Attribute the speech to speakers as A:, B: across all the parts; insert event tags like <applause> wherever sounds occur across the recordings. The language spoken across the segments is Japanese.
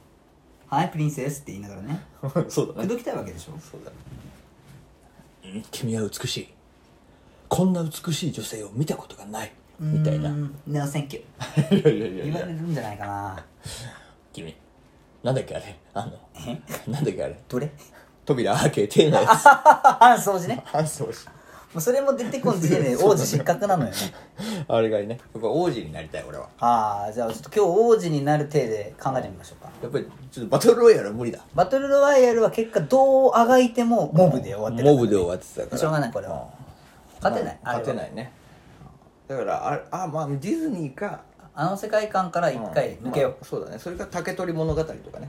A: 「はいプリンセス」って言いながらね
B: <laughs> そう
A: 口
B: だね
A: 説きたいわけでしょ
B: そうだねうん君は美しいこんな美しい女性を見たことがないみたいな <laughs>
A: うーん「No thank you
B: いやいやい」やい
A: 言われ
B: や
A: るんじゃないかな
B: 君なんだっけあれあのなんだっけあれ
A: どれ <laughs>
B: 扉開けて <laughs> ないやつ
A: あ掃除ねも
B: 搬送し
A: うそれも出てこん時点で
B: <laughs>
A: 王子失格なのよね
B: あれがいいねやっぱ王子になりたい俺は
A: ああじゃあちょっと今日王子になる体で考えてみましょうか
B: やっぱりちょっとバトルロイヤルは無理だ
A: バトルロワイヤルは結果どうあがいてもモブで終わってる
B: モブで終わってたから
A: しょうがないこれは勝てないあれは
B: 勝てないねだからあれあまあディズニーか
A: あの世界観から一回抜けよう、
B: まあそうだねそれから竹取物語とかね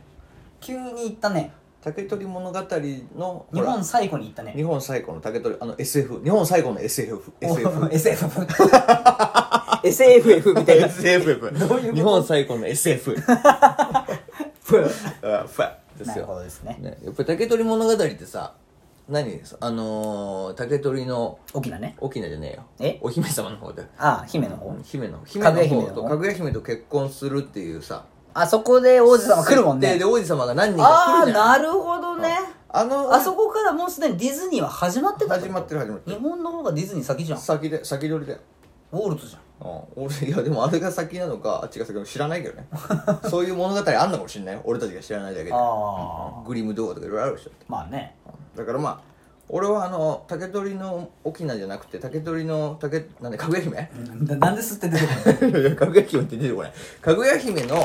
A: 急に行ったね
B: 竹取物語の
A: 日
B: ほら
A: 本最後に行ったね
B: 日本最古の竹取あの SF 日本最古の SFSF
A: <laughs> お SF
B: <laughs>
A: SFF みたいな
B: SFF
A: どういうこと
B: <laughs> 日本最古の SF あファで
A: な
B: す
A: る
B: よ
A: ほどですね
B: ね、やっぱり竹取物語ってさ何あのー、竹取の
A: 大きなね
B: 沖縄じゃねえよ
A: え
B: お姫様の方で
A: ああ姫の方
B: 姫の姫
A: かぐや
B: の
A: 姫の
B: 方とかぐや姫と結婚するっていうさ
A: あそこで王子様来るもん
B: 設定
A: ね
B: で王子様が何人か
A: あ
B: 来
A: あ
B: るじゃん
A: なるほどね
B: あの
A: あそこからもうすでにディズニーは始まってた
B: 始まってる始まって
A: 日
B: る
A: 本の方がディズニー先じゃんウ
B: 先で先取りだよ
A: ォルトじゃん
B: うん俺いやでもあれが先なのかあっちが先なのか知らないけどね <laughs> そういう物語あんのかもしれないよ俺たちが知らないだけで
A: ああ
B: グリム動画とかいろいろあるでしょ
A: まあね
B: だからまあ俺はあの竹取の沖縄じゃなくて竹取の竹なんでかぐや姫 <laughs>
A: ななんで吸って出 <laughs> てくるの
B: いやいやかぐや姫って出てこないかぐや姫の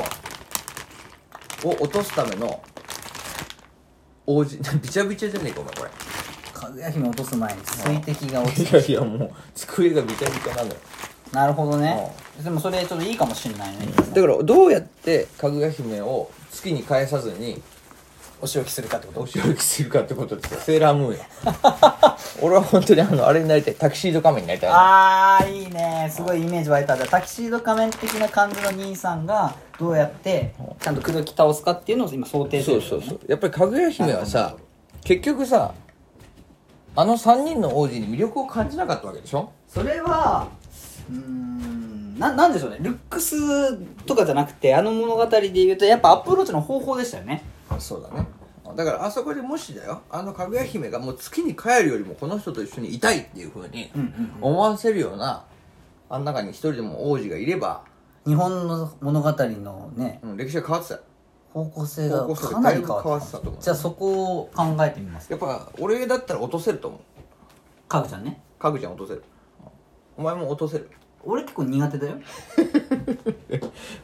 B: を落とすための王子 <laughs> びちゃびちゃじゃねえかお前これ
A: かぐや姫落とす前に水滴が落ち
B: <laughs> いやいやもう机がびちゃびちゃなのよ
A: なるほどねでもそれちょっといいかもしんないね
B: だからどうやってかぐや姫を月に返さずに
A: お仕置きするかってこ
B: お
A: と
B: 仕置きするかってことですよセーラームーンや <laughs> 俺は本当にあのあれになりたいタキシード仮面になりたいの
A: あーいいねすごいイメージ湧いたじゃあタキシード仮面的な感じの兄さんがどうやってちゃんと口説き倒すかっていうのを今想定して
B: そ
A: る
B: うそうそうやっぱりかぐや姫はさ結局さあの3人の王子に魅力を感じなかったわけでしょ
A: それはうーんななんでしょうねルックスとかじゃなくてあの物語で言うとやっぱアプローチの方法でしたよね
B: そうだねだからあそこでもしだよあのかぐや姫がもう月に帰るよりもこの人と一緒にいたいっていうふうに思わせるようなあん中に一人でも王子がいれば、
A: 日本の物語のね
B: うん、歴史が変わってたよ
A: 方向性が
B: 方向性が
A: かなり変わって
B: だいぶ変わってたと思う
A: じゃあそこを考えてみます
B: やっぱ俺だったら落とせると思う
A: かぐちゃんね
B: かぐちゃん落とせるお前も落とせる
A: 俺結構苦手だよ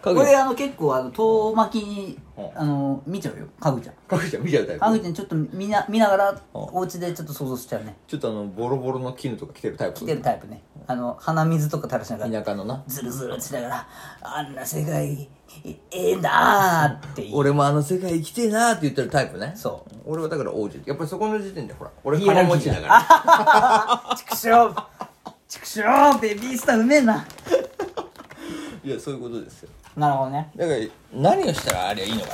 B: かぐち
A: 俺
B: ゃん
A: あの結構あの遠巻きに
B: うん
A: あの見ちゃうよかぐちゃん
B: かぐちゃん見ちゃうタイプ
A: かぐちゃんちょっと見な見ながらお家でちょっと想像しちゃうね
B: ちょっとあのボロボロの絹とか着てるタイプ
A: 来てるタイプねあの鼻水とか垂らしながら
B: 田舎のな
A: ズルズルしながらあんな世界ええなーって言う
B: 俺もあの世界生きてえなーって言ってるタイプね
A: そう
B: 俺はだから王子やっぱりそこの時点でほら俺
A: ヒエラ
B: 金
A: ルキー
B: 持ちだか
A: <laughs>
B: ら
A: 畜生畜生ベビースターうめえない
B: やそういうことですよ
A: なるほどね
B: だから何をしたらあれはいいのかな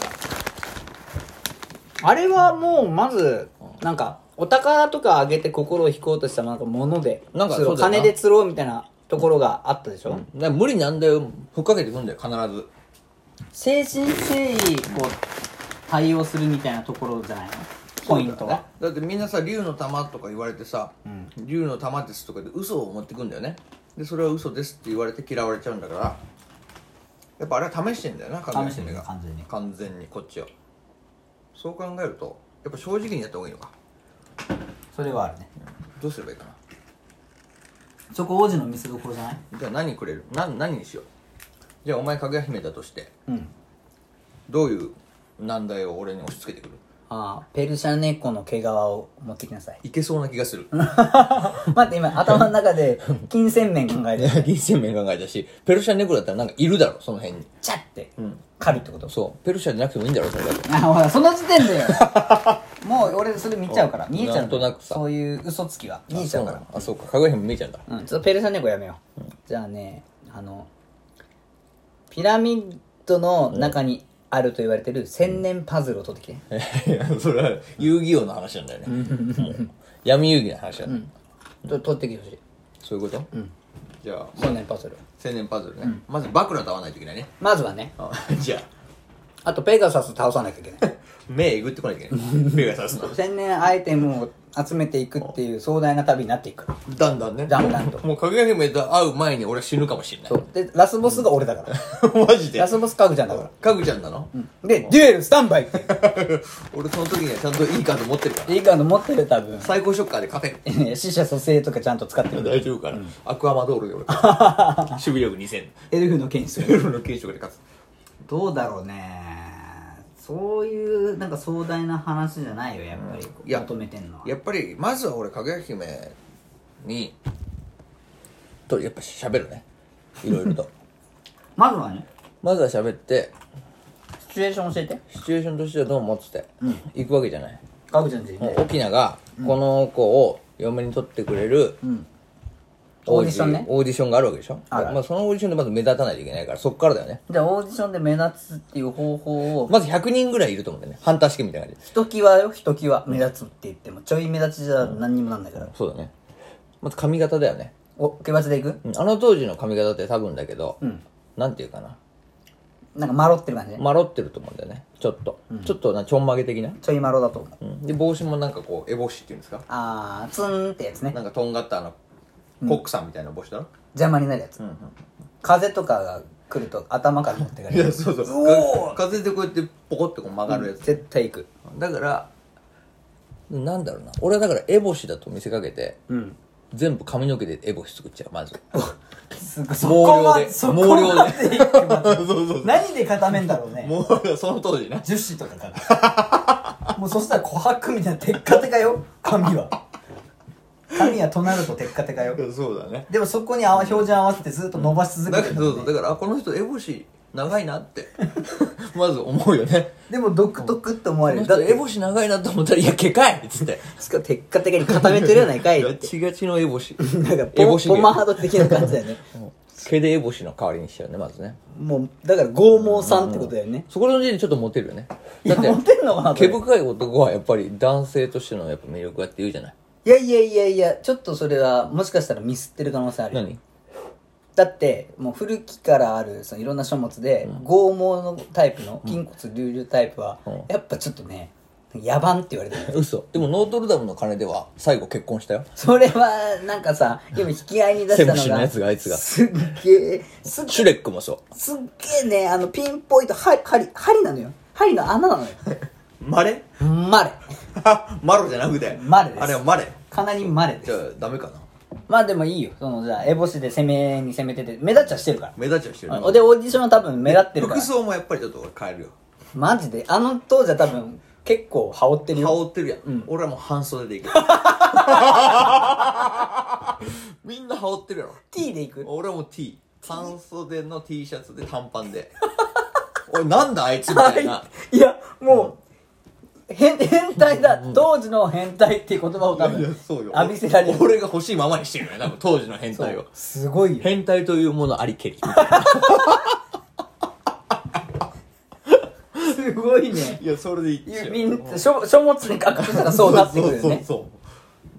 A: あれはもうまずなんかお宝とかあげて心を引こうとしたなんかもので
B: なんか
A: 釣ろう
B: そうだよな
A: 金で釣ろうみたいなところがあったでしょ、
B: だから無理なんだよふっかけてくんだよ必ず
A: 精神誠意こう対応するみたいなところじゃないのポイント
B: そうだ,、ね
A: は、
B: だってみんなさ竜の玉とか言われてさ、竜の玉ですとかで嘘を持ってくんだよねでそれは嘘ですって言われて嫌われちゃうんだからやっぱあれは試してんだよな考え
A: 試してるね完全に
B: 完全にこっちをそう考えるとやっぱ正直にやった方がいいのか
A: それはあるね
B: どうすればいいかな
A: そこ王子の見せどころじゃない
B: じゃあ何くれるな何にしようじゃあお前かぐや姫だとして
A: うん
B: どういう難題を俺に押し付けてくる
A: ああペルシャ猫の毛皮を持ってきなさい
B: いけそうな気がす <laughs> る
A: 待って今頭の中で金銭面考えて
B: 銀線面考えたしペルシャネコだったらなんかいるだろその辺に
A: チャって狩るってこと
B: そうペルシャじゃなくてもいいんだろそれだと
A: あほらその時点 <laughs> でよもう俺それ見ちゃうから見えちゃうの
B: なんとなくさ
A: そういう嘘つきは見えちゃうから
B: あそうかかぐや姫見えちゃうんだ <laughs>
A: うんちょっとペルシャ猫やめよう、じゃあねあのピラミッドの中にあると言われてる千年パズルを取ってきて、
B: それは遊戯王の話なんだよねうん闇遊戯の話なんだ、
A: と取ってきてほしい
B: そういうこと、じゃあ
A: 千年パズル
B: 千年パズルね、まずバクラと会わないといけないね
A: まずはね
B: あじゃあ <laughs>
A: あとペガサス倒さなきゃいけない
B: 目えぐってこなきゃいけない。目が刺すの。
A: <laughs> 千年アイテムを集めていくっていう壮大な旅になっていくから
B: だんだんね。
A: だんだんと
B: もう、かぐや姫と会う前に俺は死ぬかもしれな
A: そうでラスボスが俺だから、
B: い。 <laughs> マジで
A: ラ。スボスカグちゃんだから、
B: かぐちゃんなの
A: でデュエルスタンバイって
B: <laughs> 俺その時にはちゃんといいカード持ってるから。
A: いいカード持ってる多分 <laughs>
B: 最高ショッカーで勝てる。
A: 死者蘇生とかちゃんと使ってる
B: 大丈夫かな。アクアマドールで <laughs> 俺。守備力2000。
A: エルフの剣士
B: ルールの継承で勝つ。
A: どうだろうねそういうなんか壮大な話じゃないよやっぱり、
B: いや
A: 求めてんのは
B: やっぱり、まずは俺、かぐや姫に、と、やっぱ喋るね。いろいろと。
A: まずはね
B: <laughs> まずは喋って、
A: シチュエーション教えて
B: シチュエーションとしてはどう思ってて、行くわけじゃない。
A: カグちゃんち
B: もう沖縄がこの子を嫁に取ってくれる、
A: オーディションね
B: オーディションがあるわけでしょ
A: あるある
B: まあ、そのオーディションでまず目立たないといけないからそっからだよね
A: じゃあオーディションで目立つっていう方法を
B: まず100人ぐらいいると思うんだよねハンター試験みたいな感じで
A: ひときわよひときわ目立つって言ってもちょい目立ちじゃ何にもなんないから、
B: そうだねまず髪型だよね、
A: おけばちでいく
B: うんあの当時の髪型って多分だけど、なんていうかな
A: なんかマロってる感じね、
B: まろってると思うんだよねちょっと、ちょっとなちょんまげ的な、
A: ちょいマロだと思う
B: うんで帽子もなんかこう烏帽子っていうんですか
A: あーツンってやつね
B: なんかとんがったあのコックさんみたいな帽子だろ、
A: 邪魔になるやつ、風とかが来ると頭から持ってか
B: い
A: れ
B: や
A: る
B: そうそう
A: お
B: か風でこうやってポコってこう曲がるやつ、
A: 絶対行く
B: だからなんだろうな俺はだからエボシだと見せかけて、
A: うん
B: 全部髪の毛でエボシ作っちゃうまず
A: すごいそこ
B: 毛
A: ま
B: 量で
A: でそこまで行くまで
B: そうそう
A: 何で固めんだろうね
B: もう <laughs> その当時な
A: 樹脂とかかなもうそしたら琥珀みたいなテッカテカよ髪は髪はとなるとテッカテカよ
B: そうだね
A: でもそこにあわ標準合わせてずっと伸ばし続け
B: だ
A: て
B: か
A: る
B: ら
A: んだね
B: そうそうだからあこの人エボシ長いなって <laughs> まず思うよね
A: でも独特って思わ
B: こ
A: れ
B: の
A: るだっ
B: 人
A: て
B: エボシ長いなと思ったらいやけかいっつって
A: しかもテッカテカに固めてるやない
B: <laughs>
A: かい
B: ガチガチのエボシ
A: なんか
B: エ
A: ポ
B: ボシ
A: ポマハド的な感じだよね
B: 毛でエボシの代わりにしちゃうねまずね
A: もうだから剛毛さんってことだよね
B: そこの時点でちょっとモテるよね
A: いやモテんのかなこ
B: 毛
A: れ
B: 深い男はやっぱり男性としてのやっぱ魅力がって言うじゃない
A: いやいやいやいやちょっとそれはもしかしたらミスってる可能性あるよ
B: 何
A: だってもう古きからあるそのいろんな書物で剛毛のタイプの筋骨隆々タイプは
B: うん
A: やっぱちょっとね野蛮って言われてる
B: 嘘でもノートルダムの鐘では最後結婚したよ
A: それはなんかさ今引き合いに出したのが
B: セブシのやつがあ <laughs> いつが
A: すっげえすっ
B: シュレックもそ
A: すっげえねあのピンポイント針針針なのよ針の穴なのよ
B: うマレ
A: マレ
B: <laughs> マロじゃなくて
A: マレです
B: あれはマレ
A: かなりマレで
B: じゃ
A: す
B: あダメかな
A: まあでもいいよそのじゃあエボシで攻めに攻めてて目立っちゃしてるから
B: 目立ちはしてる
A: うんでオーディションは多分目立ってるから
B: 服装もやっぱりちょっと俺変えるよ
A: マジであの当時は多分結構羽織ってるよ
B: 羽織ってるやん、俺はもう半袖 <laughs> でいくみんな羽織ってるやろ
A: T で行く
B: 俺はもう T 半袖の T シャツで短パンで <laughs> おいなんだあいつみたいな
A: はいいやもう、変 <laughs> 変態だ当時の変態っていう言葉を多分
B: いやそうよ
A: 浴びせられる
B: 俺が欲しいままにしてるよね多分当時の変
A: そ
B: 態
A: う
B: を
A: すごいよ
B: 変態 <laughs> というものありけり
A: すごいね
B: いやそれでいいっ
A: みん書書物に書かれたらそうなってくるよね
B: そうそうそう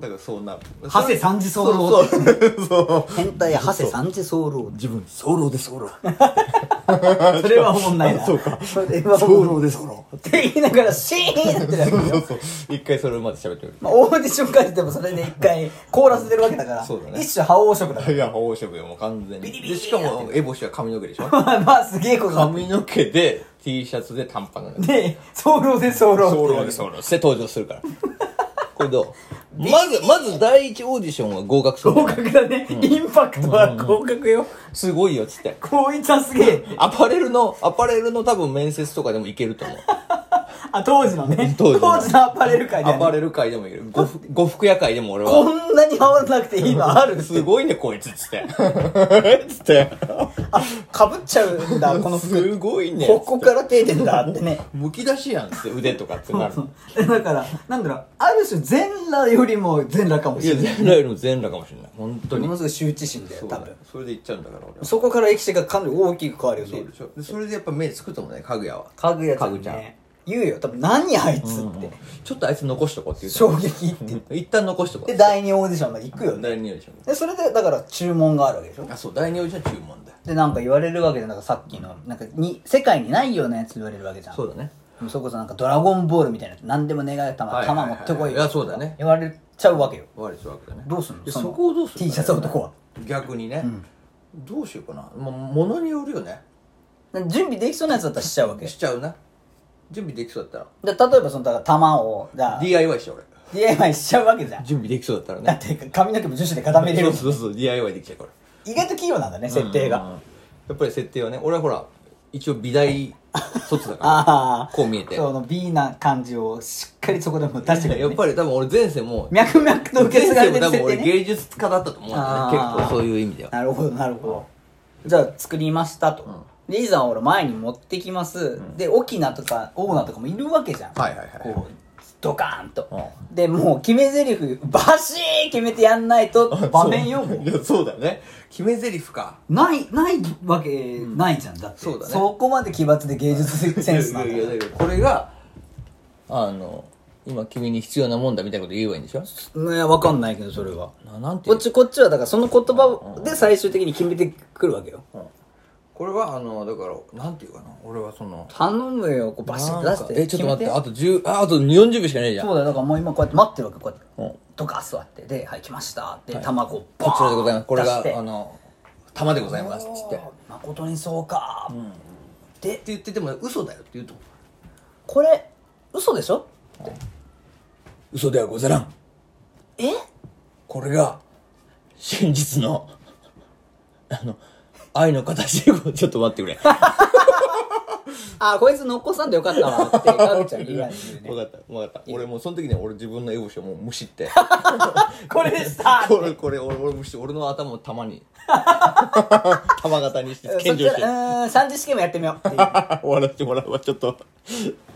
B: だからそうなる
A: ハセ三次
B: そ
A: 騒動
B: うそう <laughs> そう
A: 変態や長谷三次騒動
B: 自分ソロでソロ
A: それはおもんないな
B: そうか
A: それはおもんない
B: でソロ
A: って言いながらシーンってなる
B: そうそうそう一回それまで喋ってみ
A: まあオーディション会でもそれで一回凍らせてるわけだから
B: そうだね
A: 一種覇王色だか
B: るいや大丈夫よもう完全に
A: ビリビリ
B: でしかもエボシは髪の毛でしょ
A: らまあまあすげえことだ
B: 髪の毛で T シャツで短パンなの
A: で騒動で騒動
B: ソロでソロして登場す <laughs> るからこれどうまずまず第一オーディションは合格する
A: 合格だね、インパクトは合格よ
B: すごいよっつって
A: こいつはすげえ
B: アパレルのアパレルの多分面接とかでもいけると思う
A: あ当時のね
B: 当時の
A: のアパレル界で
B: ア
A: は
B: パ
A: ね
B: レル界でもいける呉服呉服屋界でも俺は
A: こんなに羽織らなくていいのある
B: すごいねこいつっつってえっつって
A: あかぶっちゃうんだこの服
B: すごいね
A: ここから手出んだってね
B: むき出しやんっつって腕とかってなる
A: えだからなんだろうある種全裸よりも全裸かも
B: い
A: し
B: や
A: れない
B: 全裸よりも全裸かもしれない本当に
A: ものすごい羞恥心だよ
B: そう
A: 多
B: だね
A: 分
B: それでいっちゃうんだから俺は
A: そこから歴史がかなり大きく変わるよ
B: そ
A: ね
B: うでしょでそれでやっぱ目つくと思うねかぐやは
A: かぐやちゃ
B: か
A: ん
B: ぐちゃん
A: ね言うよ多分何あいつ
B: う
A: っ
B: ん
A: て
B: ちょっとあいつ残しとこうって言うじゃん
A: 衝撃って
B: <laughs> 一旦残しとこう
A: で第二オーディションまで行くよね
B: 第二オーディショ
A: でそれでだから注文があるわけでしょ
B: ンあそう第二オーディション注文だよ
A: でなんか言われるわけでなんかさっきのなんかに世界にないようなやつ言われるわけじゃん
B: そうだね
A: もうそれこそなんかドラゴンボールみたいな何でも願い玉
B: はい
A: 玉持ってこい
B: いやそうだね
A: 言われちゃうわけよ
B: 終わりするわけだね
A: どうすんの
B: で
A: そ
B: そ
A: の
B: こをどうする
A: T シャツ男は
B: 逆にね、どうしようかなもうものによるよね
A: 準備できそうなやつだったらしちゃうわけ
B: しちゃうな準備できそうだったら
A: で例えばそのだから玉をじゃあ
B: DIY して俺
A: DIY しちゃうわけじゃん
B: 準備できそうだったら
A: だって髪の毛も樹脂で固めれる
B: そうそうそう DIY できちゃうから
A: 意外と器用なんだね設定
B: うん
A: が
B: やっぱり設定はね俺はほら一応美大卒だか
A: <laughs> ああ
B: らこう見えて
A: その B な感じをしっかりそこでも出してくれ
B: や
A: る
B: っ
A: ね
B: ぱり多分俺前世も
A: 脈々と受け継が
B: 前
A: れてる
B: 世も多分
A: 設
B: 俺
A: 定ね
B: 芸術家だったと思うんだよね
A: あー
B: 結構そういう意味では
A: なるほどなるほどじゃあ作りましたと、リーザンを俺前に持ってきます、でオキナとかオーナとかもいるわけじゃん、
B: はいはいはい
A: こうドカーンと、
B: う
A: でもう決め台詞バシー決めてやんないと場面用
B: そう <laughs>
A: 語
B: いやそうだね決め台詞か
A: ないないわけないじゃんだって
B: そうだね
A: こまで奇抜で芸術センスなんだ
B: いやいやいやだけどこれがあの今君に必要なもんだみたいなこと言えばいいんでしょ
A: いやわかんないけどそれは
B: ななんて
A: こ
B: い
A: っ
B: う
A: ちこっちはだからその言葉で最終的に決めてくるわけよ
B: うんこれはあのだからなんていうかな俺はその
A: 頼むよこうバシッと出して
B: えちょっと待って
A: 決め
B: あと10ああと40秒しかないじゃん
A: そうだよだからもう今こうやって待ってるわけこうやって、
B: うん
A: とか座ってで「はい来ました」って卵をバーン
B: こちらでございますこれ
A: 出して
B: があの玉でございますっつってっ
A: おー誠にそうか、で
B: て言ってても嘘だよって言うと
A: これ嘘でしょ
B: 嘘ではござらん
A: え
B: これが真実のあの愛の形でごちょっと待ってくれ
A: あこいつ残さんでよかったわってガクちゃん言われてるね
B: 分かった分かった俺もうその時に俺自分のエゴシをもう無視って
A: <laughs> <laughs> これでさ
B: これこれ俺俺無視俺の頭を玉
A: <laughs>
B: に玉型にして
A: そっ
B: 献
A: ち
B: 上して
A: らうーん三次試験もやってみようっていう
B: 笑ってもらうわちょっと